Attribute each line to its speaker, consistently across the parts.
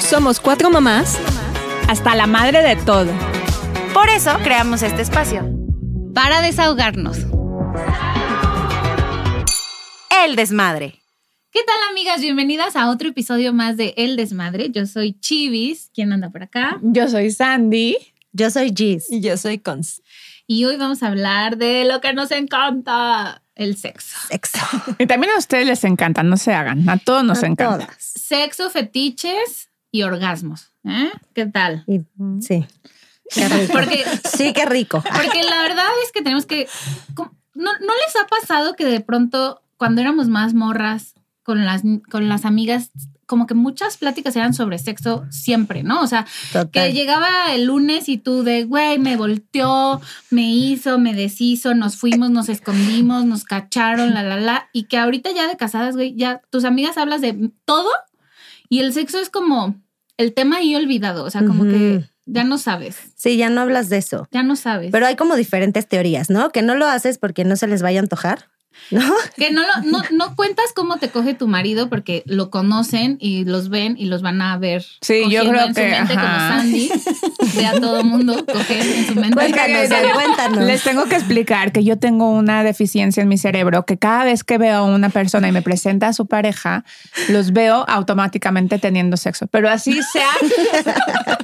Speaker 1: Somos cuatro mamás
Speaker 2: hasta la madre de todo.
Speaker 3: Por eso creamos este espacio.
Speaker 4: para desahogarnos.
Speaker 3: El desmadre.
Speaker 4: ¿Qué tal amigas? Bienvenidas a otro episodio más de El Desmadre. Yo soy Chivis, quien anda por acá.
Speaker 2: Yo soy Sandy.
Speaker 3: Yo soy Giz.
Speaker 1: y yo soy Cons.
Speaker 4: Y hoy vamos a hablar de lo que nos encanta, el sexo.
Speaker 3: Sexo.
Speaker 2: Y también a ustedes les encanta, no se hagan. A todos nos encanta.
Speaker 4: Sexo, fetiches y orgasmos. ¿eh? ¿Qué tal?
Speaker 5: Sí. Qué rico.
Speaker 4: Porque,
Speaker 5: Sí, qué rico.
Speaker 4: porque la verdad es que tenemos que... ¿cómo- ¿No, ¿No les ha pasado que de pronto cuando éramos más morras con las, con las amigas, como que muchas pláticas eran sobre sexo siempre, ¿no? O sea, Que
Speaker 5: Total.
Speaker 4: llegaba el lunes y tú de, güey, me volteó, me hizo, me deshizo, nos fuimos, nos escondimos, nos cacharon, la, la, la. Y que ahorita ya de casadas, güey, ya tus amigas hablas de todo y el sexo es como el tema ahí olvidado. O sea, como que
Speaker 5: Ujú.
Speaker 4: ya no sabes,
Speaker 5: Sí, ya no hablas de eso.
Speaker 4: ya no sabes.
Speaker 5: Pero hay como diferentes teorías, ¿no? Que no lo haces porque no se les vaya a antojar, ¿no?
Speaker 4: que no, lo- no, no cuentas cómo te coge tu marido porque lo conocen y los ven y los van a ver.
Speaker 2: Sí, yo
Speaker 4: cogiendo
Speaker 2: creo
Speaker 4: en su
Speaker 2: que,
Speaker 4: mente
Speaker 2: ajá.
Speaker 4: como Sandy ve a todo mundo coger en su mente.
Speaker 5: Cuéntanos, Dani, cuéntanos.
Speaker 2: Les tengo que explicar que yo tengo una deficiencia en mi cerebro que cada vez que veo a una persona y me presenta a su pareja, los veo automáticamente teniendo sexo. Pero así sea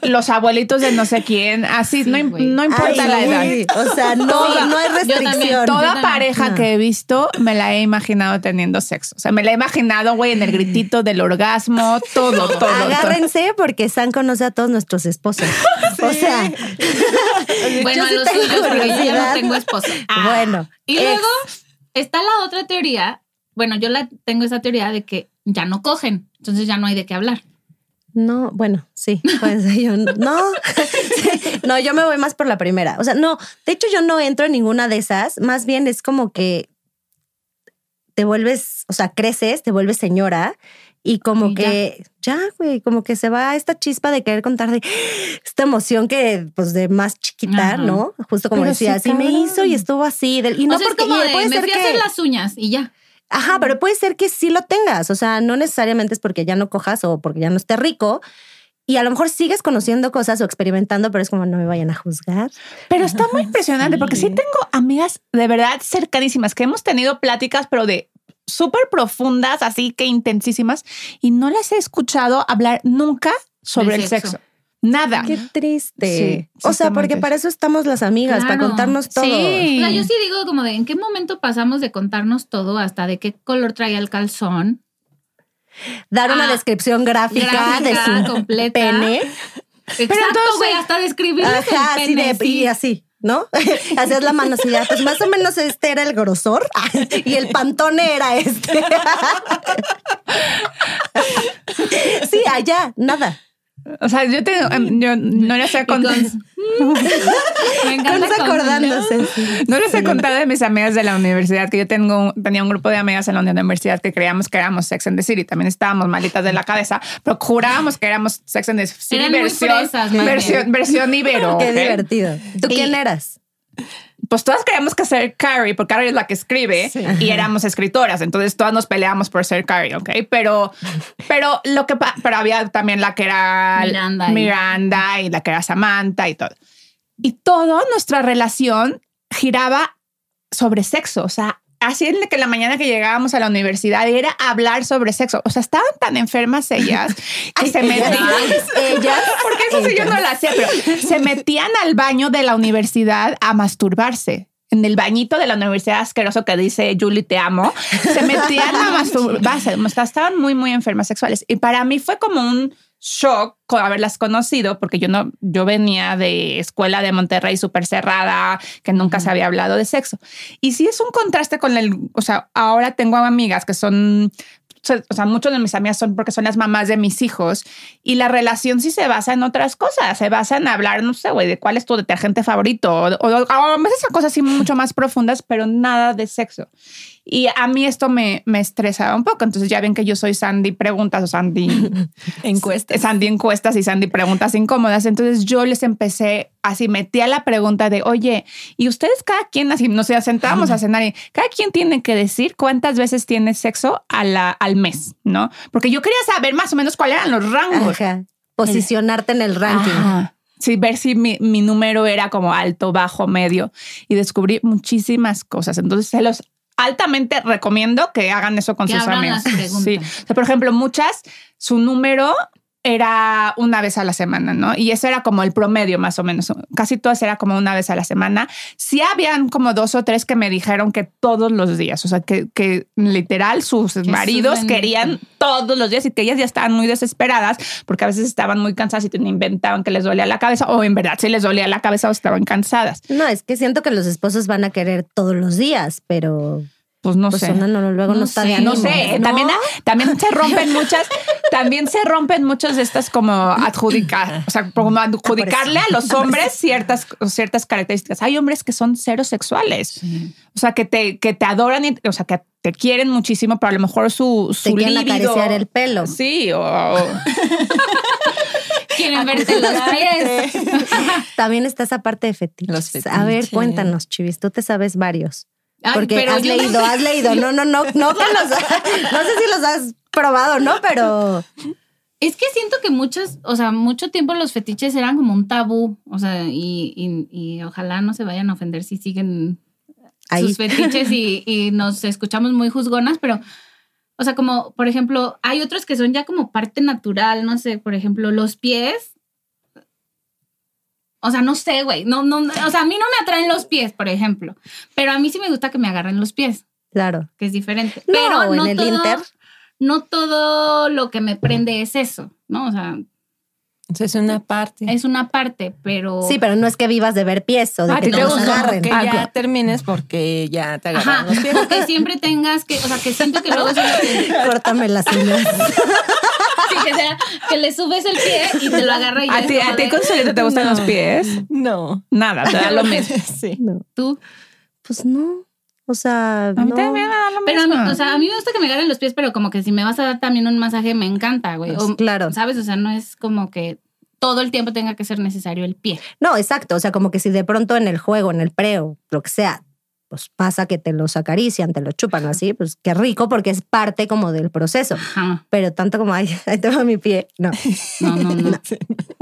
Speaker 2: los abuelitos de no sé quién, así
Speaker 4: Sí,
Speaker 2: no, im-
Speaker 4: güey.
Speaker 2: no importa
Speaker 5: Ay,
Speaker 2: la edad.
Speaker 5: sí. O sea, no,
Speaker 2: Toda.
Speaker 5: no hay
Speaker 4: Yo también,
Speaker 5: restricción.
Speaker 4: Yo
Speaker 2: Toda
Speaker 4: también.
Speaker 2: pareja
Speaker 5: No.
Speaker 2: que he visto me la he imaginado teniendo sexo. O sea, me la he imaginado, güey, en el gritito del orgasmo, todo, todo. todo.
Speaker 5: Agárrense porque San conoce a todos nuestros esposos. O sea,
Speaker 4: Bueno,
Speaker 5: Yo
Speaker 4: a
Speaker 5: sí
Speaker 4: los
Speaker 5: tengo
Speaker 4: suyos, porque yo ya no
Speaker 5: curiosidad.
Speaker 4: tengo esposo. Ah.
Speaker 5: bueno.
Speaker 4: Y
Speaker 5: ex.
Speaker 4: luego está la otra teoría. Bueno, yo la tengo esa teoría de que ya no cogen, entonces ya no hay de qué hablar.
Speaker 5: No, bueno, sí, pues yo no. Sí, no, yo me voy más por la primera. O sea, no, de hecho yo no entro en ninguna de esas, más bien es como que te vuelves, o sea, creces, te vuelves señora y como
Speaker 4: Y ya.
Speaker 5: que ya, güey, como que se va esta chispa de querer contar de esta emoción que pues de más chiquita,
Speaker 4: Ajá.
Speaker 5: ¿no? Justo como
Speaker 2: Pero
Speaker 5: decía,
Speaker 2: sí,
Speaker 5: así me
Speaker 2: cabrón.
Speaker 5: hizo y estuvo así del- y no
Speaker 4: o sea, es
Speaker 5: porque
Speaker 4: como
Speaker 5: y
Speaker 4: de,
Speaker 5: puede
Speaker 4: me
Speaker 5: ser
Speaker 4: fui a
Speaker 5: que-
Speaker 4: hacer las uñas y ya.
Speaker 5: Ajá, pero puede ser que sí lo tengas, o sea, no necesariamente es porque ya no cojas o porque ya no esté rico. Y a lo mejor sigues conociendo cosas o experimentando, pero es como no me vayan a juzgar.
Speaker 2: Pero está muy impresionante porque sí tengo amigas de verdad cercanísimas que hemos tenido pláticas, pero de súper profundas, así que intensísimas, y no las he escuchado hablar nunca sobre
Speaker 4: Del
Speaker 2: el
Speaker 4: sexo.
Speaker 2: sexo. Nada.
Speaker 5: Qué triste.
Speaker 2: Sí,
Speaker 5: o sea, porque
Speaker 2: exactamente.
Speaker 5: para eso estamos las amigas, para
Speaker 4: Claro.
Speaker 5: contarnos todo.
Speaker 2: Sí.
Speaker 4: O sea, yo sí digo como de, ¿en qué momento pasamos de contarnos todo hasta de qué color traía el calzón?
Speaker 5: Dar una
Speaker 4: Ah,
Speaker 5: descripción gráfica,
Speaker 4: gráfica
Speaker 5: de su
Speaker 4: completa.
Speaker 5: pene.
Speaker 4: Exacto,
Speaker 2: entonces-
Speaker 4: güey, hasta describir el
Speaker 5: Ajá, así
Speaker 4: pene.
Speaker 5: de,
Speaker 4: sí.
Speaker 5: y así, ¿no? Hacías la mano así, ya, pues más o menos este era el grosor y el pantone era este. Sí, allá, nada.
Speaker 2: O sea, yo, tengo, em, yo no les he
Speaker 4: Y con-
Speaker 2: contado.
Speaker 4: Me encanta
Speaker 5: Cons
Speaker 4: con-
Speaker 5: acordándose. sí.
Speaker 2: No les he contado de mis amigas de la universidad que yo tengo, tenía un grupo de amigas en la universidad que creíamos que éramos Sex and the City. También estábamos malitas de la cabeza, pero jurábamos que éramos Sex and the City
Speaker 4: Eran muy
Speaker 2: versión,
Speaker 4: fresas, más
Speaker 2: versión,
Speaker 4: bien.
Speaker 2: versión Ibero.
Speaker 5: Qué
Speaker 2: ¿ok?
Speaker 5: divertido. ¿Tú
Speaker 2: Y-
Speaker 5: quién eras?
Speaker 2: Pues todas creíamos que ser Carrie, porque Carrie es la que escribe y éramos escritoras. Entonces todas nos peleamos por ser Carrie, ¿ok? Pero, pero lo que, pa- pero había también la que era
Speaker 4: Miranda y-
Speaker 2: Miranda y la que era Samantha y todo. Y toda nuestra relación giraba sobre sexo. O sea, así es que la mañana que llegábamos a la universidad era hablar sobre sexo. O sea, estaban tan enfermas ellas que se metían.
Speaker 5: Ellas.
Speaker 2: Porque eso sí yo no la hacía, pero se metían al baño de la universidad a masturbarse. En el bañito de la universidad asqueroso que dice Julie, te amo, se metían a masturbarse. O sea, Estaban muy, muy enfermas sexuales. Y para mí fue como un shock co- haberlas conocido, porque yo no, yo venía de escuela de Monterrey súper cerrada, que nunca se había hablado de sexo. Y sí es un contraste con el, o sea, ahora tengo amigas que son, o sea, muchos de mis amigas son porque son las mamás de mis hijos y la relación sí se basa en otras cosas, se basa en hablar, no sé, güey, de cuál es tu detergente favorito, o, o- o a veces son cosas así mucho más profundas, pero nada de sexo. Y a mí esto me, me estresaba un poco, entonces ya ven que yo soy Sandy Preguntas o Sandy
Speaker 1: Encuesta.
Speaker 2: Sandy encuestas y Sandy preguntas incómodas. Entonces yo les empecé así, metí a la pregunta de, oye, y ustedes cada quien, así nos sentábamos a cenar y cada quien tiene que decir cuántas veces tiene sexo a la- al mes, ¿no? Porque yo quería saber más o menos cuáles eran los rangos.
Speaker 5: Ajá. posicionarte en el ranking.
Speaker 2: Ajá. Sí, ver si mi, mi número era como alto, bajo, medio y descubrí muchísimas cosas. Entonces se los altamente recomiendo que hagan eso con
Speaker 4: Que
Speaker 2: sus
Speaker 4: abran
Speaker 2: amigos.
Speaker 4: las preguntas.
Speaker 2: Sí. O sea, por ejemplo, muchas, su número era una vez a la semana, ¿no? Y eso era como el promedio más o menos. Casi todas era como una vez a la semana. Sí habían como dos o tres que me dijeron que todos los días, o sea, que, que literal sus maridos
Speaker 4: bendito.
Speaker 2: querían todos los días y que ellas ya estaban muy desesperadas porque a veces estaban muy cansadas y te inventaban que les dolía la cabeza o en verdad sí les dolía la cabeza o estaban cansadas.
Speaker 5: No, es que siento que los esposos van a querer todos los días, pero
Speaker 2: Pues no
Speaker 5: pues
Speaker 2: sé.
Speaker 5: una no, luego no,
Speaker 4: No
Speaker 5: está
Speaker 4: sé,
Speaker 5: de
Speaker 2: no
Speaker 5: ánimos,
Speaker 2: sé, ¿eh?
Speaker 5: ¿no?
Speaker 2: También, también se rompen muchas, también se rompen muchas de estas como adjudicar, o sea, como adjudicarle a los hombres ciertas, ciertas características. Hay hombres que son cero sexuales, o sea, que te, que te adoran, y- o sea, que te quieren muchísimo, pero a lo mejor su,
Speaker 5: te
Speaker 2: su
Speaker 5: quieren
Speaker 2: líbido.
Speaker 5: acariciar el pelo.
Speaker 2: Sí, o, o-
Speaker 4: Quieren verte los pies.
Speaker 5: También está esa parte de fetiches.
Speaker 1: Los
Speaker 5: A ver,
Speaker 1: fetiches.
Speaker 5: cuéntanos, Chivis, tú te sabes varios.
Speaker 4: Ay,
Speaker 5: Porque
Speaker 4: pero
Speaker 5: has
Speaker 4: yo no
Speaker 5: leído,
Speaker 4: sé.
Speaker 5: has leído. No, no, no, no que los No sé si los has probado, ¿no? Pero
Speaker 4: Es que siento que muchos, o sea, mucho tiempo los fetiches eran como un tabú, o sea, y, y- y ojalá no se vayan a ofender si siguen
Speaker 5: ahí.
Speaker 4: sus fetiches y, y nos escuchamos muy juzgonas, pero, o sea, como, por ejemplo, hay otros que son ya como parte natural, no sé, por ejemplo, los pies. O sea, no sé, güey, no, no, no, o sea, a mí no me atraen los pies, por ejemplo, pero a mí sí me gusta que me agarren los pies,
Speaker 5: Claro.
Speaker 4: que es diferente.
Speaker 5: No,
Speaker 4: pero
Speaker 5: en
Speaker 4: no
Speaker 5: el
Speaker 4: todo,
Speaker 5: Inter.
Speaker 4: no todo lo que me prende es eso, ¿no? O sea,
Speaker 1: Eso es una parte.
Speaker 4: es una parte, pero...
Speaker 5: Sí, pero no es que vivas de ver pies o de
Speaker 1: Ah,
Speaker 5: que
Speaker 1: que
Speaker 5: te
Speaker 1: te
Speaker 5: los
Speaker 1: gusta
Speaker 5: agarren.
Speaker 1: que
Speaker 2: Ah,
Speaker 1: ya
Speaker 2: claro.
Speaker 1: termines porque ya te agarraron
Speaker 4: Ajá,
Speaker 1: los pies.
Speaker 4: o que siempre tengas que, o sea, que siento que luego es
Speaker 5: Córtame las uñas.
Speaker 4: Sí, que sea que le subes el pie y te lo agarra y ya
Speaker 2: a
Speaker 4: es
Speaker 2: ti,
Speaker 4: como
Speaker 2: a ti,
Speaker 4: de,
Speaker 2: Consuelito, te gustan los pies.
Speaker 1: No.
Speaker 2: Nada, te da lo mismo.
Speaker 1: Sí.
Speaker 5: No,
Speaker 4: tú.
Speaker 5: pues no. O sea,
Speaker 2: A mí
Speaker 5: no.
Speaker 2: también me da lo
Speaker 4: Pero, a
Speaker 2: mismo.
Speaker 4: mí- o sea, a mí me gusta que me agarren los pies, pero como que si me vas a dar también un masaje, me encanta, güey.
Speaker 5: Pues,
Speaker 4: O-
Speaker 5: claro.
Speaker 4: ¿Sabes? O sea, no es como que todo el tiempo tenga que ser necesario el pie.
Speaker 5: No, exacto. O sea, como que si de pronto en el juego, en el preo, lo que sea, pues pasa que te los acarician, te los chupan así, pues qué rico porque es parte como del proceso.
Speaker 4: Ajá.
Speaker 5: Pero tanto como, ay, ahí te va mi pie. No.
Speaker 4: No, no, no.
Speaker 2: No,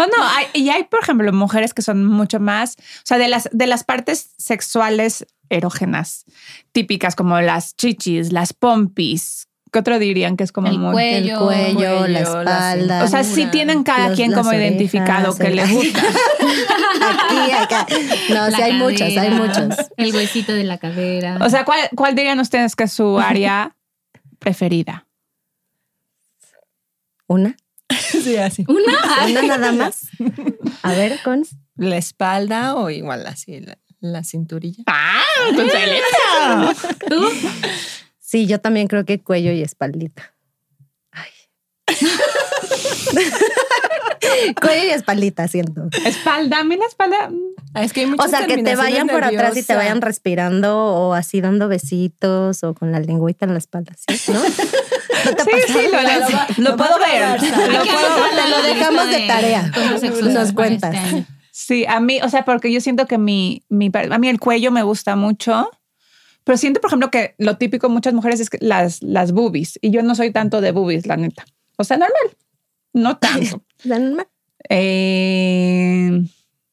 Speaker 2: Oh, no, hay- y hay, por ejemplo, mujeres que son mucho más, o sea, de las, de las partes sexuales erógenas típicas, como las chichis, las pompis, ¿qué otro dirían que es como
Speaker 4: El
Speaker 2: muy-
Speaker 4: cuello.
Speaker 5: el cuello, la
Speaker 1: cuello, la
Speaker 5: espalda.
Speaker 2: O sea, sí tienen cada
Speaker 5: Los-
Speaker 2: quien
Speaker 5: las
Speaker 2: como
Speaker 5: orejas,
Speaker 2: identificado que
Speaker 5: el-
Speaker 2: le gusta.
Speaker 5: Aquí, acá. No,
Speaker 4: La
Speaker 5: sí, hay muchas,
Speaker 4: cadera,
Speaker 5: hay muchas.
Speaker 4: El huesito de la cadera.
Speaker 2: O sea, ¿cuál, cuál dirían ustedes que es su área preferida?
Speaker 5: ¿Una?
Speaker 1: Sí, así.
Speaker 4: una.
Speaker 5: ¿Una nada más? A ver, con.
Speaker 1: La espalda o igual así, la, la cinturilla.
Speaker 2: ¡Ah! Consuelita.
Speaker 4: ¿Tú?
Speaker 5: Sí, yo también creo que cuello y espaldita. Ay. cuello y espaldita, siento.
Speaker 2: Espalda, a mí la espalda. mm,
Speaker 1: Ah, es que hay
Speaker 5: O
Speaker 1: muchas
Speaker 5: sea, que te
Speaker 1: terminaciones
Speaker 5: vayan por atrás y te
Speaker 1: nerviosas.
Speaker 5: vayan respirando o así dando besitos o con la lengüita en la espalda, ¿sí? ¿No? ¿No te ha
Speaker 2: Sí,
Speaker 5: pasado?
Speaker 2: sí, lo, lo- lo puedo ver. Lo
Speaker 4: Hay que
Speaker 2: puedo
Speaker 4: anotarla
Speaker 5: te lo
Speaker 4: en la
Speaker 5: dejamos
Speaker 4: lista
Speaker 5: de tarea.
Speaker 4: cosas sexosas
Speaker 5: Nos
Speaker 4: para
Speaker 5: cuentas.
Speaker 4: este año.
Speaker 2: Sí, a mí, o sea, porque yo siento que mi, mi, par- a mí el cuello me gusta mucho, pero siento, por ejemplo, que lo típico de muchas mujeres es que las, las boobies, y yo no soy tanto de boobies, la neta. O sea, normal, no tanto.
Speaker 5: Dan-
Speaker 2: Eh,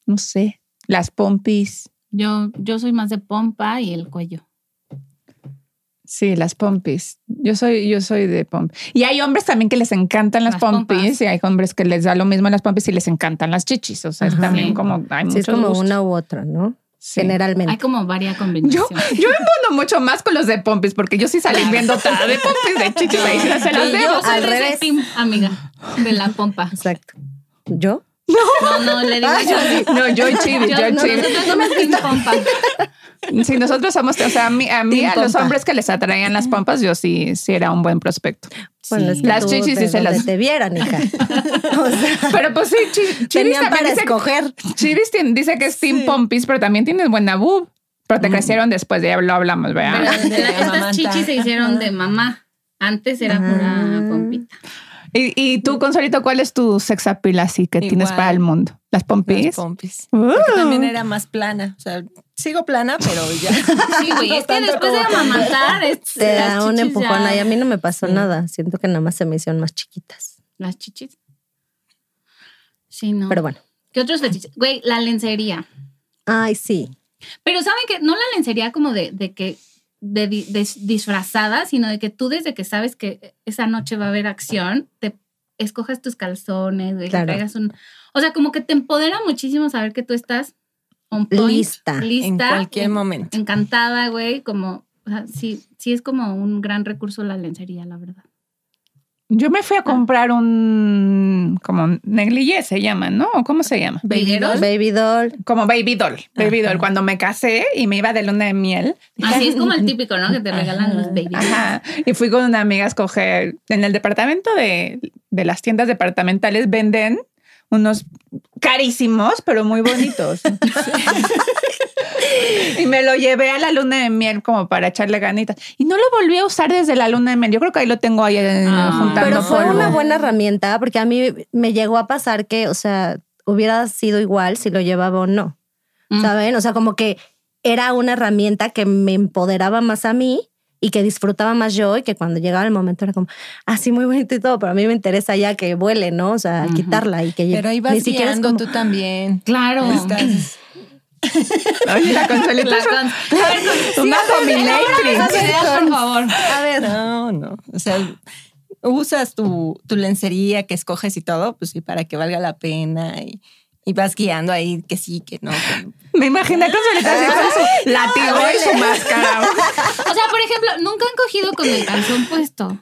Speaker 2: no sé, las pompis.
Speaker 4: Yo, yo soy más de pompa y el cuello.
Speaker 2: Sí, las pompis. Yo soy, yo soy de pompis. Y hay hombres también que les encantan las,
Speaker 4: Las
Speaker 2: pompis,
Speaker 4: pompas.
Speaker 2: y hay hombres que les da lo mismo en las pompis y les encantan las chichis. O sea, es
Speaker 5: Ajá.
Speaker 2: también
Speaker 4: Sí.
Speaker 2: como hay
Speaker 5: Sí, es
Speaker 2: muchos
Speaker 5: como
Speaker 2: gustos.
Speaker 5: una u otra, ¿no?
Speaker 2: Sí.
Speaker 4: Hay
Speaker 5: Generalmente.
Speaker 4: como varias
Speaker 2: Yo,
Speaker 4: combinaciones.
Speaker 2: yo embundo mucho más con los de pompis, porque yo sí salí viendo tada de pompis de chichis ahí sí se las
Speaker 4: Y
Speaker 2: debo.
Speaker 4: yo ah, soy
Speaker 5: al
Speaker 4: de ese
Speaker 5: revés.
Speaker 4: team, amiga, de la pompa.
Speaker 5: Exacto. Ah, ¿Yo?
Speaker 4: No, no, le digo yo.
Speaker 2: No, yo y Chivis, yo
Speaker 4: Yo-
Speaker 2: y
Speaker 4: nosotros
Speaker 2: Chivis.
Speaker 4: somos team pompa.
Speaker 2: Sí, nosotros somos, o sea, a mí, a, mí,
Speaker 5: Team
Speaker 2: a los
Speaker 5: pompa.
Speaker 2: hombres que les atraían las pompas, yo sí, sí era un buen prospecto.
Speaker 5: Bueno,
Speaker 4: Sí.
Speaker 5: es que
Speaker 2: Las
Speaker 5: tú
Speaker 2: chichis
Speaker 5: de
Speaker 2: sí se
Speaker 5: donde
Speaker 2: las-
Speaker 5: te vieran, hija. O sea,
Speaker 2: Pero pues sí, Chi- Chivis
Speaker 5: tenían
Speaker 2: también
Speaker 5: para
Speaker 2: dice,
Speaker 5: escoger.
Speaker 2: Chivis tiene- dice que es Team Pompis, pero también tienes buena boob. Pero te crecieron después, ya lo hablamos, ¿verdad?
Speaker 4: Pero
Speaker 1: de
Speaker 4: la-
Speaker 1: mamanta.
Speaker 4: estas chichis se hicieron de mamá. Antes era
Speaker 5: Ah.
Speaker 4: pura pompita.
Speaker 2: Y, y tú, Consuelito, ¿cuál es tu sex appeal así que tienes
Speaker 1: Igual.
Speaker 2: para el mundo? ¿Las pompis?
Speaker 1: Las pompis.
Speaker 2: Uh.
Speaker 1: Porque también era más plana. O sea, sigo plana, pero ya.
Speaker 4: Sí, güey,
Speaker 1: No
Speaker 4: es que
Speaker 1: tanto
Speaker 4: después de
Speaker 1: como-
Speaker 4: amamantar, es-
Speaker 5: Te
Speaker 4: las
Speaker 5: da un
Speaker 4: chichis
Speaker 5: empujón.
Speaker 4: ya-
Speaker 5: Ahí a mí no me pasó nada. Siento que nada más se me hicieron más chiquitas.
Speaker 4: Las chichis. Sí, no.
Speaker 5: Pero bueno.
Speaker 4: ¿Qué otros fetiches? Güey, la lencería.
Speaker 5: Ay, sí.
Speaker 4: Pero saben que no la lencería como de, de que de, di- de disfrazada, sino de que tú desde que sabes que esa noche va a haber acción, te escojas tus calzones, güey, que
Speaker 5: Claro.
Speaker 4: traigas un, o sea, como que te empodera muchísimo saber que tú estás on point,
Speaker 5: Lista.
Speaker 4: lista,
Speaker 1: en cualquier
Speaker 4: en-
Speaker 1: momento.
Speaker 4: encantada, güey, como o sea, sí, sí es como un gran recurso la lencería, la verdad.
Speaker 2: Yo me fui a comprar un como negligé se llama, ¿no? ¿O ¿Cómo se llama?
Speaker 4: ¿Vegueros?
Speaker 5: Baby doll.
Speaker 2: Como baby doll, baby doll. Cuando me casé y me iba de luna de miel. dije,
Speaker 4: Así es como el típico, ¿no? Que te
Speaker 2: Ajá.
Speaker 4: regalan los baby.
Speaker 2: Ajá. Y fui con una amiga a escoger. En el departamento de, de las tiendas departamentales venden unos carísimos, pero muy bonitos. y me lo llevé a la luna de miel como para echarle ganitas. Y no lo volví a usar desde la luna de miel. Yo creo que ahí lo tengo ahí eh,
Speaker 4: Ah.
Speaker 2: juntando
Speaker 5: Pero fue
Speaker 2: polvo.
Speaker 5: una buena herramienta porque a mí me llegó a pasar que, o sea, hubiera sido igual si lo llevaba o no.
Speaker 4: Mm.
Speaker 5: ¿Saben? O sea, como que era una herramienta que me empoderaba más a mí y que disfrutaba más yo y que cuando llegaba el momento era como, así muy bonito y todo, pero a mí me interesa ya que vuele, ¿no? O sea,
Speaker 4: Ujú.
Speaker 5: quitarla y que
Speaker 1: Pero ahí vas
Speaker 5: ni siquiera es
Speaker 1: guiando
Speaker 5: como-
Speaker 1: tú también.
Speaker 4: Claro.
Speaker 1: Estás-
Speaker 2: Oye, la Consuelita
Speaker 4: La
Speaker 2: es
Speaker 4: con-
Speaker 2: una dominatrix.
Speaker 4: Esas ideas, por favor.
Speaker 5: A ver,
Speaker 1: No, no. O sea, usas tu, tu lencería que escoges y todo, pues sí, para que valga la pena y, y vas guiando ahí que sí, que no. que no.
Speaker 2: Me imaginé a Consuelita así con su látigo y su máscara.
Speaker 4: O sea, por ejemplo, nunca han cogido con el calzón puesto.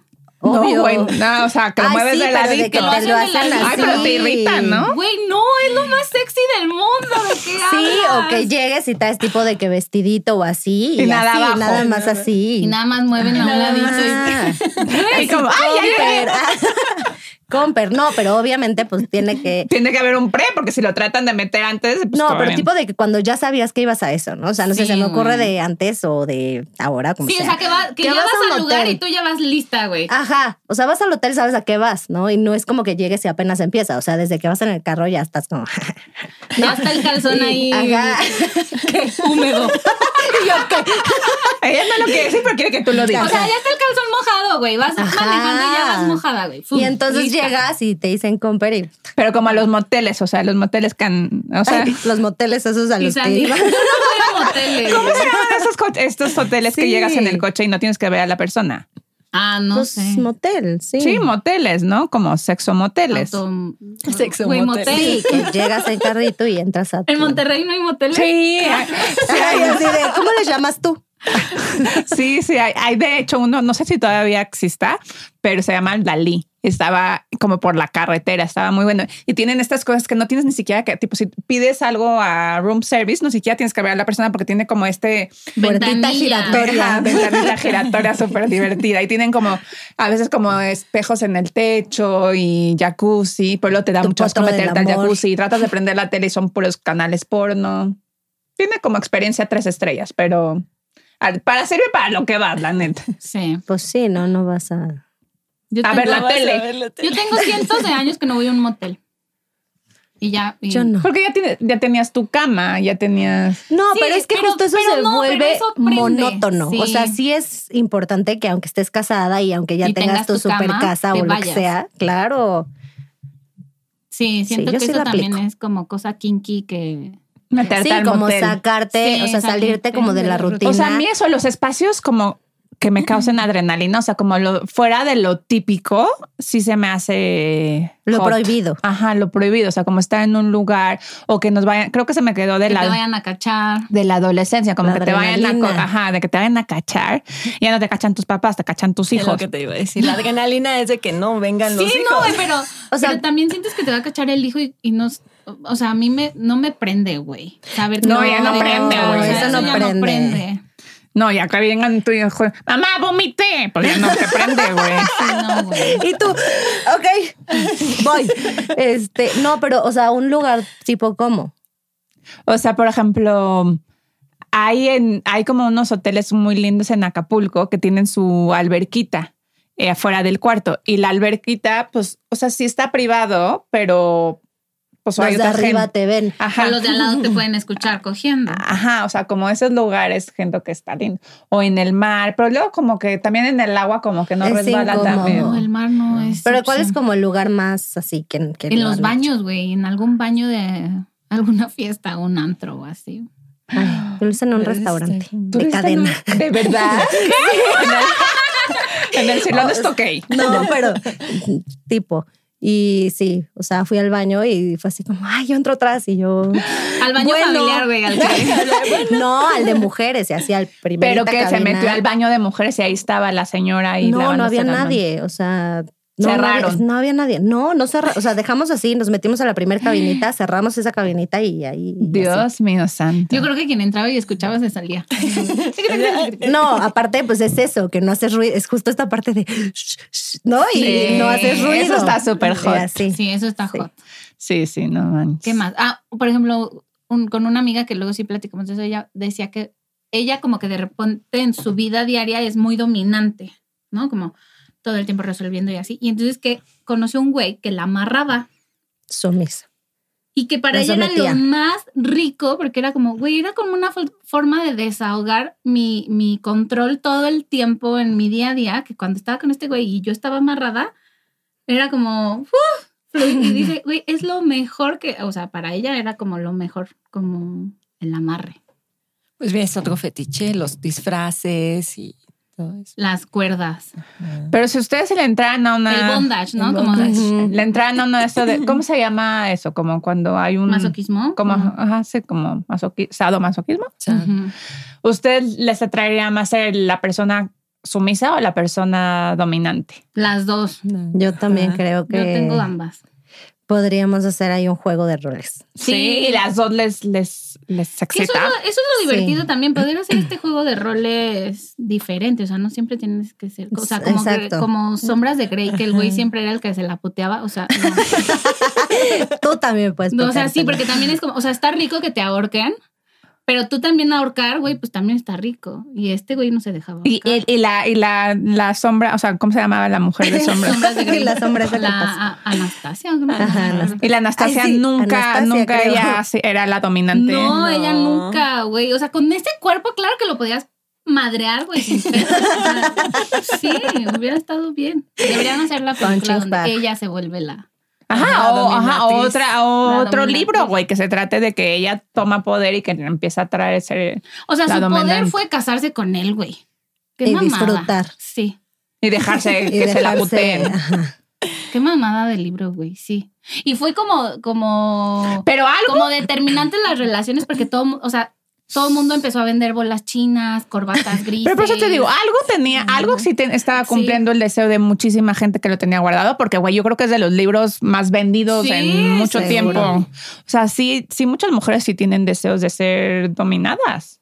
Speaker 5: obvio.
Speaker 2: No, güey, no, o sea, que lo
Speaker 5: Ay,
Speaker 2: mueves
Speaker 5: sí,
Speaker 2: de
Speaker 5: pero de que
Speaker 2: ladito.
Speaker 5: te lo hacen así.
Speaker 2: Ay, pero te irrita, ¿no?
Speaker 4: Güey, no, es lo más sexy del mundo. ¿De qué
Speaker 5: Sí, o
Speaker 4: hablas?
Speaker 5: que llegues y traes tipo de que vestidito o así.
Speaker 2: Y
Speaker 5: Y,
Speaker 2: nada
Speaker 5: nada
Speaker 2: abajo.
Speaker 5: Nada más así.
Speaker 4: Y nada más mueven a un ladito.
Speaker 5: Ah.
Speaker 2: Y como, ay, ay, ay.
Speaker 5: Comper. ah. Comper, no, pero obviamente pues tiene que...
Speaker 2: Tiene que haber un pre, porque si lo tratan de meter antes, pues,
Speaker 5: No, pero
Speaker 2: obviamente.
Speaker 5: tipo de que cuando ya sabías que ibas a eso, ¿no? O sea, no sé,
Speaker 4: Sí,
Speaker 5: se me ocurre
Speaker 4: güey.
Speaker 5: de antes o de ahora,
Speaker 4: Y...
Speaker 5: como
Speaker 4: Sí, o sea, que, va- que
Speaker 5: Que
Speaker 4: ya
Speaker 5: vas
Speaker 4: vas
Speaker 5: a un
Speaker 4: al lugar
Speaker 5: hotel. Ah,
Speaker 4: y tú ya vas lista, güey.
Speaker 5: Ajá, o sea, vas al hotel, sabes a qué vas, ¿no? Y no es como que llegues y apenas empieza, o sea, desde que vas en el carro ya estás como...
Speaker 4: Ya está el calzón ahí
Speaker 5: Ajá.
Speaker 4: húmedo. O
Speaker 2: Ella no lo quiere decir, pero quiere que tú lo digas.
Speaker 4: sea, ya está el calzón mojado, güey. Vas
Speaker 5: Ajá.
Speaker 4: manejando y ya vas mojada, güey. Fum,
Speaker 5: Y entonces
Speaker 4: lista.
Speaker 5: llegas y te dicen Comper y
Speaker 2: pero como a los moteles, o sea, los moteles can... O sea,
Speaker 5: ay, los moteles esos a
Speaker 4: Y
Speaker 5: los que
Speaker 4: salí. Yo
Speaker 5: iba.
Speaker 4: no voy a moteles.
Speaker 2: ¿cómo se llaman esos co- estos hoteles que
Speaker 5: Sí.
Speaker 2: llegas en el coche y no tienes que ver a la persona?
Speaker 4: Ah, no
Speaker 5: Pues,
Speaker 4: sé.
Speaker 5: motel, sí.
Speaker 2: Sí, moteles, ¿no? Como sexo moteles.
Speaker 4: Auto-
Speaker 1: Sexo
Speaker 4: Güey,
Speaker 1: motel.
Speaker 4: motel.
Speaker 5: Sí, que llegas en carrito y entras a...
Speaker 4: En
Speaker 5: tu-
Speaker 4: Monterrey no hay moteles.
Speaker 2: Sí, hay- sí,
Speaker 5: Ay,
Speaker 2: hay-
Speaker 5: así de, ¿Cómo le llamas tú?
Speaker 2: sí, sí, hay, hay de hecho uno, no sé si todavía exista, pero se llama el Dalí. Estaba como por la carretera, estaba muy bueno. Y tienen estas cosas que no tienes ni siquiera que, tipo, si pides algo a room service, no siquiera tienes que ver a la persona porque tiene como este
Speaker 5: Puertita
Speaker 4: Ventanilla.
Speaker 5: giratoria.
Speaker 2: Ajá, ventanita giratoria súper divertida. Y tienen como, a veces como espejos en el techo y jacuzzi, pero luego te da
Speaker 5: Tu
Speaker 2: mucho asco
Speaker 5: potro del
Speaker 2: meterte al
Speaker 5: amor.
Speaker 2: jacuzzi y tratas de prender la tele y son puros canales porno. Tiene como experiencia tres estrellas, pero al- para sirve para lo que vas, la neta.
Speaker 4: Sí.
Speaker 5: Pues sí, no, no vas a.
Speaker 4: Yo
Speaker 2: A ver,
Speaker 4: tengo-
Speaker 2: la tele.
Speaker 4: Yo tengo cientos de años que no voy a un motel. Y ya. y-
Speaker 5: Yo no.
Speaker 2: Porque ya, tiene- ya tenías tu cama, ya tenías...
Speaker 5: No,
Speaker 4: Sí,
Speaker 5: pero es que
Speaker 4: pero-
Speaker 5: justo eso
Speaker 4: pero
Speaker 5: se
Speaker 4: no, pero
Speaker 5: vuelve
Speaker 4: eso prende.
Speaker 5: monótono. O
Speaker 4: Sí.
Speaker 5: sea, sí es importante que aunque estés casada y aunque ya
Speaker 4: Y
Speaker 5: tengas,
Speaker 4: tengas
Speaker 5: tu,
Speaker 4: tu
Speaker 5: super
Speaker 4: cama,
Speaker 5: casa
Speaker 4: te
Speaker 5: o lo que
Speaker 4: vayas.
Speaker 5: sea, claro.
Speaker 4: Sí, siento
Speaker 5: yo
Speaker 4: que
Speaker 5: sí
Speaker 4: eso
Speaker 5: la
Speaker 4: también
Speaker 5: aplico.
Speaker 4: es como cosa kinky que.
Speaker 2: Meterte
Speaker 5: Sí,
Speaker 2: al
Speaker 5: como
Speaker 2: motel.
Speaker 5: sacarte,
Speaker 4: Sí,
Speaker 5: o sea, salirte
Speaker 4: salirte
Speaker 5: como de
Speaker 4: de
Speaker 5: la
Speaker 4: la
Speaker 5: rutina.
Speaker 4: rutina.
Speaker 2: O sea, a mí eso, los espacios como que me causen adrenalina, o sea, como lo, fuera de lo típico, sí se me hace...
Speaker 5: Lo
Speaker 2: hot.
Speaker 5: prohibido.
Speaker 2: Ajá, lo prohibido, o sea, como estar en un lugar o que nos vayan, creo que se me quedó de
Speaker 4: que te
Speaker 2: la
Speaker 4: vayan a cachar.
Speaker 2: de la adolescencia, como
Speaker 5: La
Speaker 2: que te vayan a, co-
Speaker 5: adrenalina.
Speaker 2: ajá, de que te vayan a cachar, ya no te cachan tus papás, te cachan tus
Speaker 1: Es lo
Speaker 2: hijos.
Speaker 1: que te iba a decir. La adrenalina es de que no vengan los
Speaker 4: Sí,
Speaker 1: hijos.
Speaker 4: no, güey, pero,
Speaker 5: O sea-
Speaker 4: pero también sientes que te va a cachar el hijo y, y no. O sea, a mí me, no me prende, güey. Saber que
Speaker 2: No,
Speaker 4: te
Speaker 2: ya
Speaker 4: van a
Speaker 2: no prende,
Speaker 4: cachar,
Speaker 2: güey.
Speaker 4: o sea,
Speaker 2: Eso
Speaker 4: eso
Speaker 5: no
Speaker 4: ya no
Speaker 5: prende.
Speaker 4: prende.
Speaker 2: No, y acá vengan tu hijo, mamá, vomité, pues ya no te prende, güey.
Speaker 4: Sí, no, güey.
Speaker 5: Y tú, ok, voy. Este, no, pero, o sea, un lugar tipo como.
Speaker 2: O sea, por ejemplo, hay, en, hay como unos hoteles muy lindos en Acapulco que tienen su alberquita eh, afuera del cuarto. Y la alberquita, pues, o sea, sí está privado, pero pues
Speaker 5: Los
Speaker 2: hay
Speaker 5: de
Speaker 2: otra
Speaker 5: arriba
Speaker 2: gente.
Speaker 5: te ven.
Speaker 2: Ajá.
Speaker 4: O los de al lado te pueden escuchar cogiendo.
Speaker 5: Ah,
Speaker 2: Ajá, o sea, como esos lugares, gente que está lindo. O en el mar, pero luego como que también en el agua como que no
Speaker 5: Es
Speaker 2: resbala
Speaker 5: incómodo.
Speaker 4: No,
Speaker 2: también.
Speaker 4: el mar no es.
Speaker 5: Pero ¿cuál es
Speaker 4: opción.
Speaker 5: como el lugar más así que, que
Speaker 4: En
Speaker 5: lo
Speaker 4: los
Speaker 5: han
Speaker 4: baños, güey. En algún baño de alguna fiesta, un antro o así.
Speaker 5: hecho? Ay, Yo lo hice en un
Speaker 1: Pero es-
Speaker 4: este,
Speaker 5: restaurante
Speaker 2: ¿Tú
Speaker 5: de
Speaker 2: eres tan-
Speaker 5: cadena.
Speaker 2: ¿De verdad? En el- En el salón es ok.
Speaker 5: No, pero tipo. Y sí, o sea, fui al baño y fue así como, ay, yo entro atrás y yo.
Speaker 4: Al baño
Speaker 5: Bueno.
Speaker 4: familiar, güey. Al que-
Speaker 5: No, al de mujeres, y así al
Speaker 2: Pero
Speaker 5: primero.
Speaker 2: que se metió al baño de mujeres y ahí estaba la señora y
Speaker 5: No, no
Speaker 2: lavándose
Speaker 5: había
Speaker 2: las manos.
Speaker 5: nadie, o sea. No, no
Speaker 2: Cerraron.
Speaker 5: había- No había, nadie. No, no cerraron. O sea, dejamos así, nos metimos a la primera cabinita, cerramos esa cabinita y ahí. y así.
Speaker 2: Dios mío santo.
Speaker 4: Yo creo que quien entraba y escuchaba se salía.
Speaker 5: No, aparte, pues es eso, que no haces ruido. Es justo esta parte de. "Shh, shh", ¿No? Y
Speaker 2: Sí,
Speaker 5: no haces
Speaker 2: eso
Speaker 5: ruido.
Speaker 2: está súper hot.
Speaker 5: Y así.
Speaker 4: Sí, eso está
Speaker 5: Sí.
Speaker 4: hot.
Speaker 2: Sí, sí, no manches.
Speaker 4: ¿Qué más? Ah, por ejemplo, un- con una amiga que luego sí platicamos de eso, ella decía que ella como que de repente en su vida diaria es muy dominante, ¿no? Como todo el tiempo resolviendo y así. Y entonces que conoció un güey que la amarraba
Speaker 5: Sumisa.
Speaker 4: y que para
Speaker 5: La
Speaker 4: ella era
Speaker 5: sometía.
Speaker 4: lo más rico porque era como, güey, era como una fo- forma de desahogar mi, mi control todo el tiempo en mi día a día, que cuando estaba con este güey y yo estaba amarrada, era como, ¡uf! fluir. y dice, güey, es lo mejor que, o sea, para ella era como lo mejor, como el amarre,
Speaker 1: Pues ves otro fetiche, los disfraces y todo eso.
Speaker 4: las cuerdas,
Speaker 2: Pero si ustedes le entraran a una...
Speaker 4: el bondage, ¿no?
Speaker 1: Ah, el
Speaker 4: Como
Speaker 1: bondage.
Speaker 5: Ujú.
Speaker 2: Le entraran a uno de eso de... ¿Cómo se llama eso? Como cuando hay un...
Speaker 4: masoquismo.
Speaker 2: Como,
Speaker 4: Ujú.
Speaker 2: ajá, sí, como masoqui- sadomasoquismo.
Speaker 1: O sea,
Speaker 4: Ujú.
Speaker 2: ¿Usted les atraería más a la persona sumisa o la persona dominante?
Speaker 4: Las dos.
Speaker 1: no.
Speaker 5: Yo también
Speaker 1: Ajá.
Speaker 5: creo que
Speaker 4: Yo tengo ambas.
Speaker 5: podríamos hacer ahí un juego de roles.
Speaker 2: y las dos les, les, les
Speaker 4: Que eso,
Speaker 2: excita.
Speaker 4: es lo, eso es lo
Speaker 5: Sí.
Speaker 4: divertido también, poder hacer este juego de roles diferente. O sea, no siempre tienes que ser. O sea, como,
Speaker 5: Exacto.
Speaker 4: Gre- como sombras de Grey, que el güey siempre era el que se la puteaba. O sea, no.
Speaker 5: Tú también puedes.
Speaker 4: No, o sea, sí,
Speaker 5: tocártelo.
Speaker 4: porque también es como. O sea, está rico que te ahorquen, pero tú también ahorcar, güey, pues también está rico. Y este güey no se dejaba.
Speaker 2: Y,
Speaker 4: ahorcar.
Speaker 2: y- y la, y la, la sombra, o sea, ¿cómo se llamaba la mujer de sombra?
Speaker 4: Sombras de Grey.
Speaker 5: Las sombras de
Speaker 4: La
Speaker 5: la paz.
Speaker 4: a- Anastasia. ¿no?
Speaker 5: Ajá, Anastasia.
Speaker 2: Y la Anastasia
Speaker 5: Ay, sí,
Speaker 2: nunca,
Speaker 5: Anastasia,
Speaker 2: nunca
Speaker 5: creo.
Speaker 2: ella se- era la dominante.
Speaker 4: No, ella
Speaker 1: No.
Speaker 4: nunca, güey. O sea, con este cuerpo, claro que lo podías madrear, güey. sin pedo. O sea, sí, hubiera estado bien. Deberían hacer la película
Speaker 5: Punching
Speaker 4: donde
Speaker 5: bag.
Speaker 4: ella se vuelve la.
Speaker 2: Ajá,
Speaker 1: La
Speaker 2: o, ajá, o
Speaker 1: dominatriz.
Speaker 2: otra, o
Speaker 4: La
Speaker 2: otro
Speaker 4: dominatriz.
Speaker 2: libro, güey, que se trate de que ella toma poder y que empieza a traer ese...
Speaker 4: O sea,
Speaker 2: La
Speaker 4: su
Speaker 2: dominante.
Speaker 4: poder fue casarse con él, güey. Qué
Speaker 5: Y
Speaker 4: mamada.
Speaker 5: disfrutar.
Speaker 4: Sí.
Speaker 2: Y dejarse
Speaker 5: Y
Speaker 2: que se la
Speaker 5: dejarse-
Speaker 2: puteen.
Speaker 5: ajá.
Speaker 4: Qué mamada del libro, güey. Sí. Y fue como, como,
Speaker 2: Pero algo...
Speaker 4: como determinante en las relaciones porque todo, mu- o sea, todo el mundo empezó a vender bolas chinas, corbatas grises.
Speaker 2: Pero por eso te digo, ah, algo tenía, algo sí te- estaba
Speaker 4: Sí.
Speaker 2: cumpliendo el deseo de muchísima gente que lo tenía guardado, porque, güey, yo creo que es de los libros más vendidos
Speaker 4: Sí,
Speaker 2: en mucho
Speaker 5: seguro.
Speaker 2: tiempo. O sea, sí, sí, muchas mujeres sí tienen deseos de ser dominadas.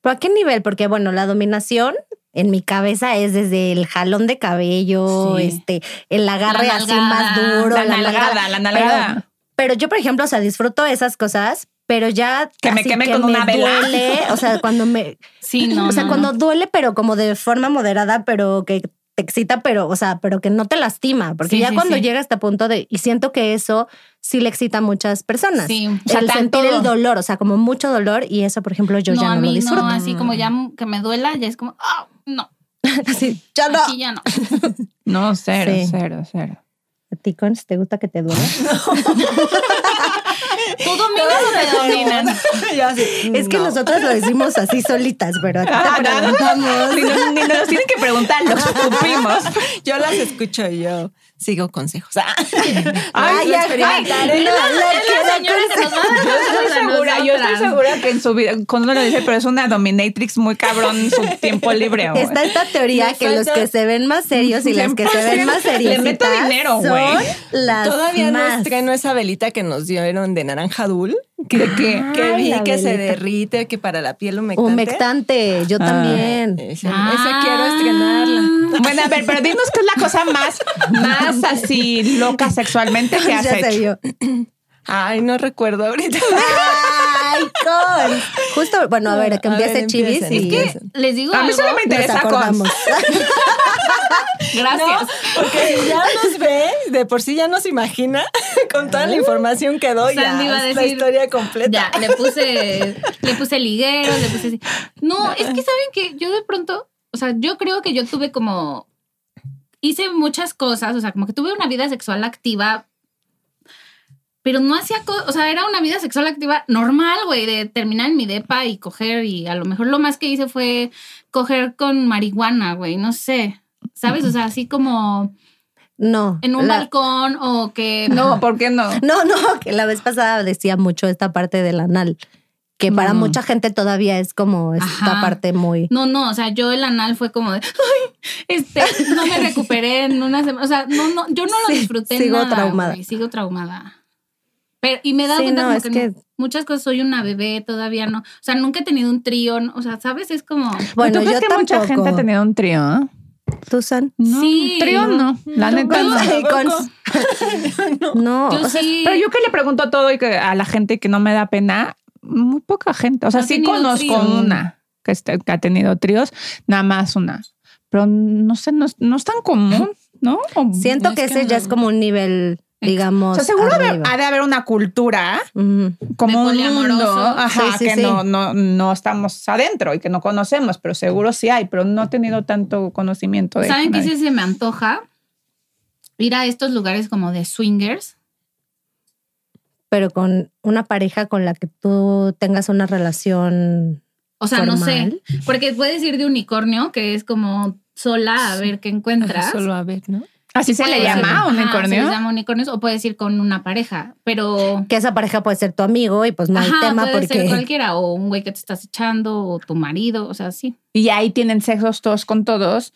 Speaker 5: ¿Pero a qué nivel? Porque, bueno, la dominación en mi cabeza es desde el jalón de cabello,
Speaker 4: Sí.
Speaker 5: este, el agarre
Speaker 4: La
Speaker 5: así
Speaker 4: nalgada,
Speaker 5: más duro,
Speaker 2: la,
Speaker 5: la,
Speaker 2: nalgada,
Speaker 5: nalgada.
Speaker 2: la nalgada.
Speaker 5: Pero yo, por ejemplo, o sea, disfruto esas cosas, pero ya
Speaker 2: Que me
Speaker 5: así
Speaker 2: queme con una vela.
Speaker 5: duele, o sea, cuando me,
Speaker 4: Sí, no.
Speaker 5: o sea,
Speaker 4: no,
Speaker 5: cuando
Speaker 4: no.
Speaker 5: duele, pero como de forma moderada, pero que te excita, pero, o sea, pero que no te lastima, porque
Speaker 4: Sí,
Speaker 5: ya
Speaker 4: sí,
Speaker 5: cuando
Speaker 4: sí.
Speaker 5: llega hasta punto de y siento que eso sí le excita a muchas personas.
Speaker 4: Sí.
Speaker 2: O sea,
Speaker 5: el
Speaker 2: tanto-
Speaker 5: sentir el dolor, o sea, como mucho dolor y eso, por ejemplo, yo
Speaker 4: no,
Speaker 5: ya
Speaker 4: a
Speaker 5: no
Speaker 4: mí
Speaker 5: lo disfruto.
Speaker 4: no, así como ya m- que me duela, ya es como, ah, no,
Speaker 5: Así, ya no.
Speaker 4: aquí ya no.
Speaker 2: No, cero,
Speaker 5: Sí.
Speaker 2: cero, cero.
Speaker 5: ¿A ti, Cons, te gusta que te duela?
Speaker 4: Tú dominas o te dominan.
Speaker 1: Yo así,
Speaker 5: Es que
Speaker 1: no.
Speaker 5: nosotros lo decimos así solitas, pero a ti
Speaker 2: Ah,
Speaker 5: te
Speaker 2: no, no,
Speaker 5: preguntamos.
Speaker 2: Ni nos, ni nos tienen que preguntar, los supimos.
Speaker 1: Yo las escucho y yo sigo consejos. Ah,
Speaker 5: Ay,
Speaker 1: lo
Speaker 5: ay,
Speaker 1: experimentaré.
Speaker 5: ay, no, la
Speaker 4: Es la
Speaker 5: que-
Speaker 4: señora que nos va a dar
Speaker 2: Yo estoy
Speaker 4: cosas a
Speaker 2: segura, yo estoy
Speaker 4: nosotras.
Speaker 2: segura que en su vida, cuando uno lo dice, pero es una dominatrix muy cabrón en su tiempo libre. güey.
Speaker 5: Está esta teoría
Speaker 1: Les
Speaker 5: que los
Speaker 1: falta-
Speaker 5: que se ven más serios y las que se ven más
Speaker 2: 100%
Speaker 5: serios
Speaker 2: le meto dinero,
Speaker 5: son
Speaker 2: güey.
Speaker 5: las
Speaker 1: Todavía no
Speaker 5: más.
Speaker 1: estreno esa velita que nos dieron de naranja dul, que,
Speaker 2: ¿De qué?
Speaker 1: que
Speaker 4: Ah,
Speaker 5: Ay,
Speaker 1: vi
Speaker 5: la
Speaker 1: que se
Speaker 5: velita.
Speaker 1: derrite, que para la piel humectante.
Speaker 5: Humectante, yo
Speaker 2: Ah.
Speaker 5: también.
Speaker 1: Esa,
Speaker 4: Ah.
Speaker 1: esa quiero estrenarla.
Speaker 2: Bueno, a ver, pero dinos qué es la cosa más, más así loca sexualmente que has
Speaker 5: ya se
Speaker 2: hecho.
Speaker 5: vio.
Speaker 1: Ay, no recuerdo ahorita.
Speaker 5: Ay, icons. Justo, bueno, a ver, que
Speaker 1: A ver,
Speaker 5: empiece Chivis
Speaker 1: empiecen,
Speaker 5: y
Speaker 1: empiecen.
Speaker 4: Es que les digo
Speaker 2: A mí
Speaker 4: algo.
Speaker 2: solo me
Speaker 5: nos
Speaker 2: interesa con.
Speaker 5: acordamos.
Speaker 4: Gracias.
Speaker 1: Porque si ya nos ve, de por sí ya nos imagina con toda la información que doy.
Speaker 4: Sandy
Speaker 1: ya
Speaker 4: iba a
Speaker 1: es la
Speaker 4: decir-
Speaker 1: historia completa.
Speaker 4: Ya, le puse, le puse ligueros, le puse así. No, es que saben que yo de pronto, o sea, yo creo que yo tuve como, hice muchas cosas, o sea, como que tuve una vida sexual activa, pero no hacía, co- o sea, era una vida sexual activa normal, güey, de terminar en mi depa y coger, y a lo mejor lo más que hice fue coger con marihuana, güey, no sé. ¿Sabes? O sea, así como
Speaker 5: No.
Speaker 4: en un
Speaker 5: la-
Speaker 4: balcón o que...
Speaker 2: No, ¿por qué no?
Speaker 5: No, no, que la vez pasada decía mucho esta parte del anal, que para
Speaker 2: Mm.
Speaker 5: mucha gente todavía es como esta
Speaker 4: Ajá.
Speaker 5: parte muy...
Speaker 4: No, no, o sea, yo el anal fue como de, "Ay, este, no me recuperé en una semana, o sea, no, no, yo no lo
Speaker 5: Sí,
Speaker 4: disfruté
Speaker 5: sigo
Speaker 4: nada,
Speaker 5: traumada.
Speaker 4: güey, sigo traumada. Pero, y me he dado
Speaker 5: Sí,
Speaker 4: cuenta
Speaker 5: no,
Speaker 4: como
Speaker 5: es
Speaker 4: que,
Speaker 5: que-
Speaker 4: muchas cosas, soy una bebé, todavía no, o sea, nunca he tenido un trío, no, o sea, ¿sabes? Es como,
Speaker 5: Bueno,
Speaker 2: ¿Tú
Speaker 5: yo
Speaker 2: crees que
Speaker 5: tampoco.
Speaker 2: mucha gente ha tenido un trío? ¿eh?
Speaker 5: ¿Tú, San?
Speaker 2: No,
Speaker 4: Sí.
Speaker 2: Trío no, la neta no.
Speaker 5: Ay, con- No,
Speaker 4: yo
Speaker 5: o sea,
Speaker 4: sí,
Speaker 2: Pero yo que le pregunto todo y que a la gente que no me da pena, muy poca gente. O sea,
Speaker 4: No ha
Speaker 2: sí
Speaker 4: tenido
Speaker 2: conozco
Speaker 4: trío.
Speaker 2: una que, este- que ha tenido tríos, nada más una. Pero no sé, no, es- no es tan común, ¿no? O-
Speaker 5: siento
Speaker 1: es
Speaker 5: que
Speaker 1: que
Speaker 5: ese ya
Speaker 1: no.
Speaker 5: es como un nivel,
Speaker 2: o
Speaker 5: digamos,
Speaker 2: sea, seguro ha de-
Speaker 5: arriba.
Speaker 2: ha de haber una cultura
Speaker 5: Ujú.
Speaker 2: como
Speaker 4: De
Speaker 2: un mundo
Speaker 4: poliamoroso.
Speaker 2: ajá,
Speaker 5: Sí, sí,
Speaker 2: que
Speaker 5: sí.
Speaker 2: No, no, no estamos adentro y que no conocemos, pero seguro sí hay, pero no he tenido tanto conocimiento de
Speaker 4: ¿saben qué
Speaker 2: nadie.
Speaker 4: sí se me antoja? Ir a estos lugares como de swingers.
Speaker 5: Pero con una pareja con la que tú tengas una relación
Speaker 4: O sea, no sé,
Speaker 5: Formal.
Speaker 4: porque puedes ir de unicornio, que es como sola a ver qué
Speaker 2: pues
Speaker 4: encuentras.
Speaker 1: Solo a ver, ¿no?
Speaker 2: ¿Así se le
Speaker 4: Puede ser-
Speaker 2: llama
Speaker 4: ajá,
Speaker 2: unicornio?
Speaker 4: Se les llama unicornios o puedes ir con una pareja, pero...
Speaker 5: que esa pareja puede ser tu amigo y pues no hay
Speaker 4: ajá,
Speaker 5: tema
Speaker 4: puede ser
Speaker 5: porque
Speaker 4: cualquiera, o un güey que te estás echando, o tu marido, o sea, sí.
Speaker 2: Y ahí tienen sexos todos con todos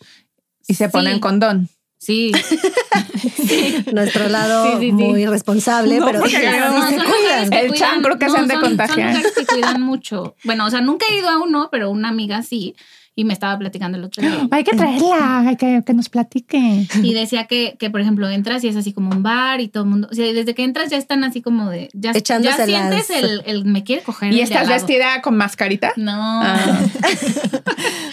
Speaker 2: y se
Speaker 4: Sí.
Speaker 2: ponen condón.
Speaker 4: Sí.
Speaker 5: nuestro lado
Speaker 4: Sí, sí, sí.
Speaker 5: muy responsable,
Speaker 2: No,
Speaker 5: pero
Speaker 2: porque
Speaker 5: pero
Speaker 2: no,
Speaker 4: son
Speaker 5: sí se
Speaker 4: lugares
Speaker 5: cuidan.
Speaker 4: que
Speaker 2: El
Speaker 4: cuidan-
Speaker 2: chancro que se han de
Speaker 4: son-
Speaker 2: contagiar.
Speaker 4: Son lugares que cuidan mucho. Bueno, o sea, nunca he ido a uno, pero una amiga sí, y me estaba platicando el otro día.
Speaker 2: Hay que traerla, hay que, que nos platique.
Speaker 4: Y decía que, que, por ejemplo, entras y es así como un bar y todo el mundo. O sea, desde que entras ya están así como de. Ya, ya
Speaker 5: Echándose
Speaker 4: sientes
Speaker 5: las-
Speaker 4: el, el me quiere coger.
Speaker 2: ¿Y
Speaker 4: el de al
Speaker 2: estás
Speaker 4: lado.
Speaker 2: vestida con mascarita?
Speaker 4: No.
Speaker 2: Ah.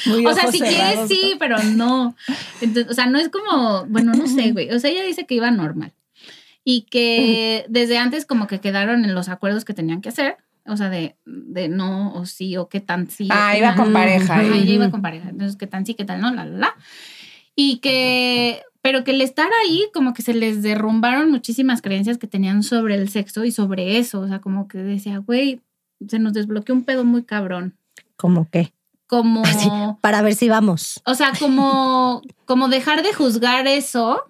Speaker 1: Muy
Speaker 4: O sea,
Speaker 1: ojos
Speaker 4: si quieres
Speaker 1: cerrados,
Speaker 4: sí, pero no. Entonces, o sea, no es como, bueno, no sé, güey. O sea, ella dice que iba normal y que desde antes como que quedaron en los acuerdos que tenían que hacer, o sea, de, de no o sí o qué tan sí. o
Speaker 2: Ah,
Speaker 4: qué
Speaker 2: iba
Speaker 4: tan
Speaker 2: con
Speaker 4: no.
Speaker 2: pareja.
Speaker 4: Ajá,
Speaker 2: ¿eh?
Speaker 4: ella iba con pareja, entonces qué tan sí, qué tan no, la, la, la. Y que, pero que el estar ahí como que se les derrumbaron muchísimas creencias que tenían sobre el sexo y sobre eso, o sea, como que decía, güey, se nos desbloqueó un pedo muy cabrón.
Speaker 5: Como que
Speaker 4: Como...
Speaker 5: Sí. para ver si vamos.
Speaker 4: O sea, como, como dejar de juzgar eso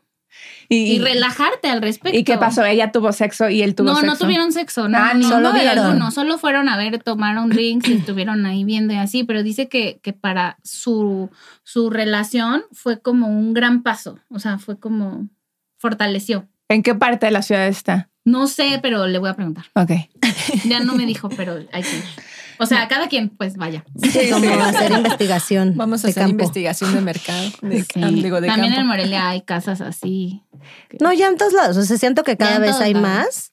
Speaker 4: y, relajarte al respecto.
Speaker 2: ¿Y qué pasó? Ella tuvo sexo y él tuvo
Speaker 4: no,
Speaker 2: sexo.
Speaker 4: no tuvieron sexo, no,
Speaker 2: Ah,
Speaker 4: no, no,
Speaker 5: solo
Speaker 4: no, de
Speaker 5: vieron.
Speaker 4: alguno, solo fueron a ver, tomaron drinks y estuvieron ahí viendo y así, pero dice que, que para su, su relación fue como un gran paso, o sea, fue como fortaleció.
Speaker 2: ¿En qué parte de la ciudad está?
Speaker 4: No sé, pero le voy a preguntar.
Speaker 2: Ok.
Speaker 4: Ya no me dijo, pero hay que ir. O sea, cada quien, pues vaya.
Speaker 5: como hacer investigación
Speaker 1: Vamos a
Speaker 5: de
Speaker 1: hacer
Speaker 5: campo.
Speaker 1: investigación de mercado. De,
Speaker 4: Sí.
Speaker 1: ah, digo, de
Speaker 4: También en
Speaker 1: campo.
Speaker 4: Morelia hay casas así.
Speaker 5: No, ya en todos lados. O sea, siento que
Speaker 4: Ya
Speaker 5: cada
Speaker 4: en
Speaker 5: vez
Speaker 4: todos
Speaker 5: hay
Speaker 4: lados.
Speaker 5: más.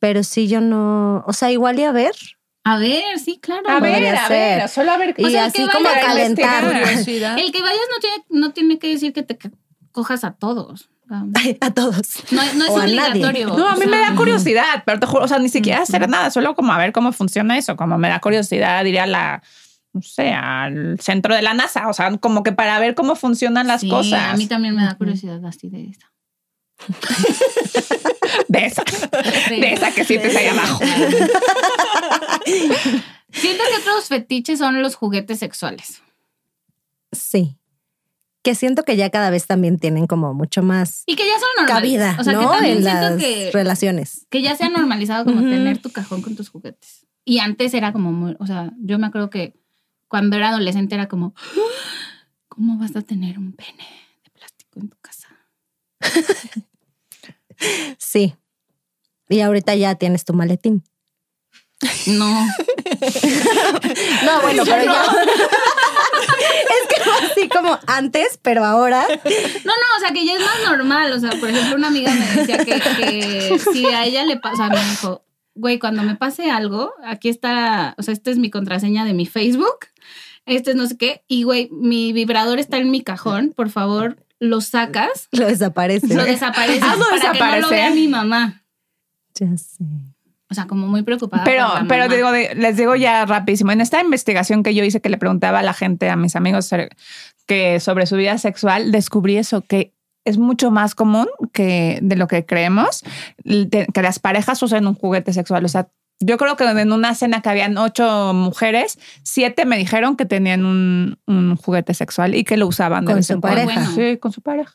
Speaker 5: Pero sí, yo no. O sea, igual y a ver.
Speaker 4: A ver, sí, claro.
Speaker 2: A ver,
Speaker 5: Podría
Speaker 2: a ver,
Speaker 5: ser.
Speaker 2: solo a ver.
Speaker 5: Y
Speaker 4: sea, que
Speaker 5: así
Speaker 4: vayan
Speaker 5: como
Speaker 2: a
Speaker 5: calentar
Speaker 2: investigar.
Speaker 1: Curiosidad.
Speaker 4: El que vayas no tiene, no tiene que decir que te ca- cojas a todos. No,
Speaker 5: Ay, a todos.
Speaker 4: no es
Speaker 5: O a nadie.
Speaker 4: obligatorio.
Speaker 2: No, a mí
Speaker 4: O sea,
Speaker 2: me da curiosidad, pero te juro, o sea, ni siquiera hacer nada, solo como a ver cómo funciona eso, como me da curiosidad ir a la, no sé, al centro de la NASA, o sea, como que para ver cómo funcionan las
Speaker 4: sí,
Speaker 2: cosas.
Speaker 4: A mí también me da curiosidad así de esta.
Speaker 2: De esa, de esa que sientes ahí abajo.
Speaker 4: Siento que otros fetiches son los juguetes sexuales.
Speaker 5: Sí. Que siento que ya cada vez también tienen como mucho más
Speaker 4: Y que ya son normales.
Speaker 5: cabida,
Speaker 4: Ah, o sea, que
Speaker 5: ¿no?
Speaker 4: también
Speaker 5: En
Speaker 4: siento
Speaker 5: las
Speaker 4: que,
Speaker 5: relaciones.
Speaker 4: que ya se ha normalizado como
Speaker 5: Ujú.
Speaker 4: tener tu cajón con tus juguetes. Y antes era como, muy- o sea, yo me acuerdo que cuando era adolescente era como, "Ah, ¿cómo vas a tener un pene de plástico en tu casa?
Speaker 5: Sí. Y ahorita ya tienes tu maletín.
Speaker 4: No.
Speaker 5: No, bueno, pero ya. es que fue así como antes, pero ahora.
Speaker 4: No, no, o sea, que ya es más normal. O sea, por ejemplo, una amiga me decía que, que si a ella le pasa, o sea, me dijo, güey, cuando me pase algo, aquí está, o sea, esta es mi contraseña de mi Facebook, este es no sé qué, y güey, mi vibrador está en mi cajón, por favor, lo sacas,
Speaker 5: Lo desaparece.
Speaker 4: lo desapareces para
Speaker 2: Hazlo
Speaker 4: que no lo
Speaker 2: desaparecer.
Speaker 4: vea mi mamá.
Speaker 5: Ya sé.
Speaker 4: O sea, como muy preocupada.
Speaker 2: Pero,
Speaker 4: por la
Speaker 2: pero
Speaker 4: mamá.
Speaker 2: digo, de- les digo ya rapidísimo. En esta investigación que yo hice, que le preguntaba a la gente, a mis amigos, sobre- que sobre su vida sexual, descubrí eso, que es mucho más común que de lo que creemos, de- que las parejas usen un juguete sexual. O sea, yo creo que en una cena que habían ocho mujeres, siete me dijeron que tenían un, un juguete sexual y que lo usaban de
Speaker 5: Con
Speaker 2: vez
Speaker 5: su
Speaker 2: en cuando.
Speaker 5: pareja.
Speaker 4: Bueno.
Speaker 2: Sí, con su pareja.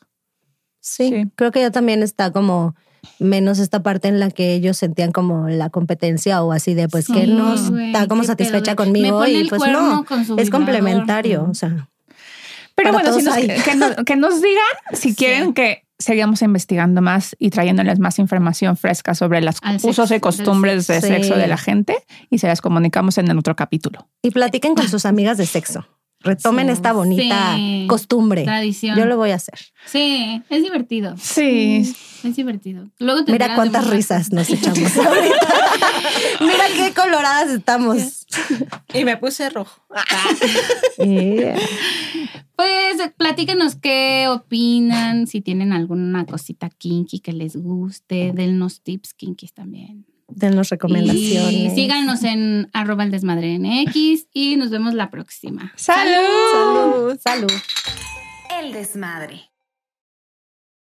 Speaker 5: Sí,
Speaker 2: Sí.
Speaker 5: creo que ya también está como menos esta parte en la que ellos sentían como la competencia o así de pues
Speaker 4: Sí,
Speaker 5: que no
Speaker 4: güey,
Speaker 5: está como
Speaker 4: qué
Speaker 5: satisfecha
Speaker 4: pedo. Me
Speaker 5: conmigo
Speaker 4: pone
Speaker 5: y
Speaker 4: el
Speaker 5: pues
Speaker 4: cuerno
Speaker 5: no,
Speaker 4: con su
Speaker 5: es
Speaker 4: vibrador.
Speaker 5: complementario, o sea,
Speaker 2: Pero
Speaker 5: Para
Speaker 2: bueno, si
Speaker 5: todos
Speaker 2: nos-
Speaker 5: hay.
Speaker 2: que, nos, que nos digan si quieren que sigamos investigando más y trayéndoles más información fresca sobre los
Speaker 4: Al sexo,
Speaker 2: usos y
Speaker 4: del
Speaker 2: costumbres de
Speaker 5: sexo.
Speaker 2: sexo
Speaker 5: Sí.
Speaker 2: de la gente y se las comunicamos en el otro capítulo.
Speaker 5: y platiquen con sus amigas de sexo. Retomen
Speaker 1: Sí.
Speaker 5: esta bonita
Speaker 4: Sí.
Speaker 5: costumbre.
Speaker 4: Tradición.
Speaker 5: Yo lo voy a hacer.
Speaker 4: Sí, es divertido.
Speaker 2: Sí.
Speaker 4: Es divertido. Luego te enteras
Speaker 5: Mira
Speaker 4: de
Speaker 5: cuántas
Speaker 4: muchas
Speaker 5: risas nos echamos ahorita. Mira qué coloradas estamos.
Speaker 1: Y me puse rojo.
Speaker 5: Yeah.
Speaker 4: Pues platíquenos qué opinan, si tienen alguna cosita kinky que les guste, dennos tips kinky también.
Speaker 5: Denos recomendaciones.
Speaker 4: Y síganos en arroba el desmadre NX y nos vemos la próxima.
Speaker 2: ¡Salud!
Speaker 5: Salud. Salud.
Speaker 3: El desmadre.